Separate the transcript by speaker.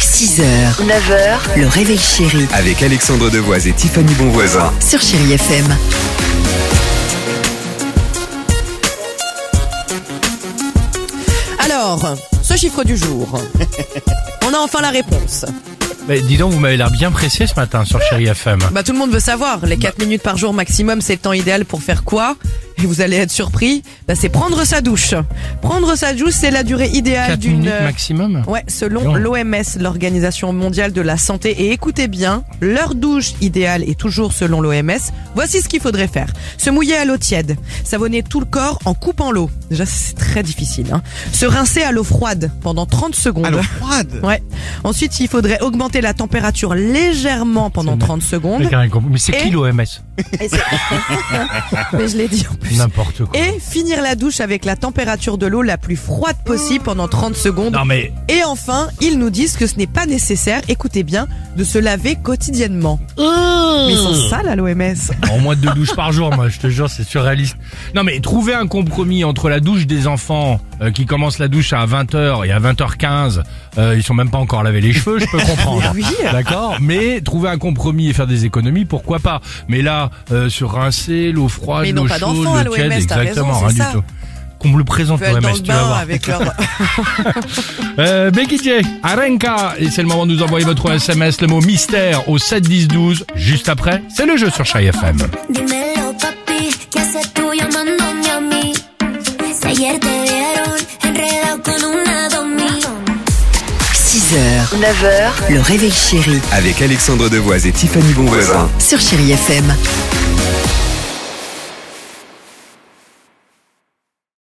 Speaker 1: 6h, 9h, le réveil chéri
Speaker 2: Avec Alexandre Devoise et Tiffany Bonvoisin.
Speaker 1: sur Chéri FM.
Speaker 3: Alors, ce chiffre du jour. On a enfin la réponse.
Speaker 4: Mais Bah, dis donc, vous m'avez l'air bien pressé ce matin sur Chéri FM.
Speaker 3: Bah tout le monde veut savoir, les 4 minutes par jour maximum, c'est le temps idéal pour faire quoi Et vous allez être surpris, bah, c'est prendre sa douche. Prendre sa douche, c'est la durée
Speaker 4: 4
Speaker 3: idéale d'une
Speaker 4: minutes maximum
Speaker 3: Ouais, selon
Speaker 4: Long.
Speaker 3: l'OMS, l'Organisation mondiale de la santé, et écoutez bien, l'heure douche idéale est toujours selon l'OMS. Voici ce qu'il faudrait faire. Se mouiller à l'eau tiède, savonner tout le corps en coupant l'eau. Déjà, c'est très difficile. hein. Se rincer à l'eau froide pendant 30 secondes.
Speaker 5: froide
Speaker 3: Ouais. Ensuite, il faudrait augmenter la température légèrement pendant
Speaker 4: C'est
Speaker 3: 30
Speaker 4: Mais
Speaker 3: secondes.
Speaker 4: carrément, Mais c'est
Speaker 3: Et-
Speaker 4: qui l'OMS
Speaker 3: Et c'est- Mais je l'ai dit en plus.
Speaker 4: N'importe quoi.
Speaker 3: Et finir la douche avec la température de l'eau la plus froide possible pendant 30 secondes.
Speaker 4: Non mais,
Speaker 3: Et enfin, ils nous disent que ce n'est pas nécessaire, écoutez bien, de se laver quotidiennement. Mais ils sont sales à l'OMS.
Speaker 4: en moins de deux douches par jour, moi je te jure, c'est surréaliste. Non mais, trouver un compromis entre la douche des enfants euh, qui commencent la douche à 20h et à 20h15, euh, ils sont même pas encore lavé les cheveux, je peux comprendre.
Speaker 3: Ah Oui.
Speaker 4: D'accord Mais trouver un compromis et faire des économies, pourquoi pas Mais là, euh, se rincer, l'eau
Speaker 3: Mais
Speaker 4: froide,
Speaker 3: ils n'ont
Speaker 4: l'eau
Speaker 3: pas
Speaker 4: chaude,
Speaker 3: d'enfants hein, à
Speaker 4: l'eau tiède,
Speaker 3: l'OMS, t'as raison,
Speaker 4: exactement,
Speaker 3: c'est
Speaker 4: rien
Speaker 3: ça.
Speaker 4: du tout. Qu'on me le
Speaker 3: Ils
Speaker 4: présente
Speaker 3: veulent
Speaker 4: l'OMS,
Speaker 3: dans le
Speaker 4: tu vas
Speaker 3: bain
Speaker 4: voir.
Speaker 3: avec leur...
Speaker 4: Euh, Becky J, Arenka, et c'est le moment de nous envoyer votre SMS, le mot mystère au 7 10 12. Juste après, c'est le jeu sur Chai FM.
Speaker 6: Dímelo, papi, ¿qué haces tú llamándome a mí? Si ayer te vieron enredado con una domi.
Speaker 1: 6h, 9h, le réveil chéri
Speaker 2: Avec Alexandre Devoise et Tiffany Bonvoisin.
Speaker 1: sur Chéri FM.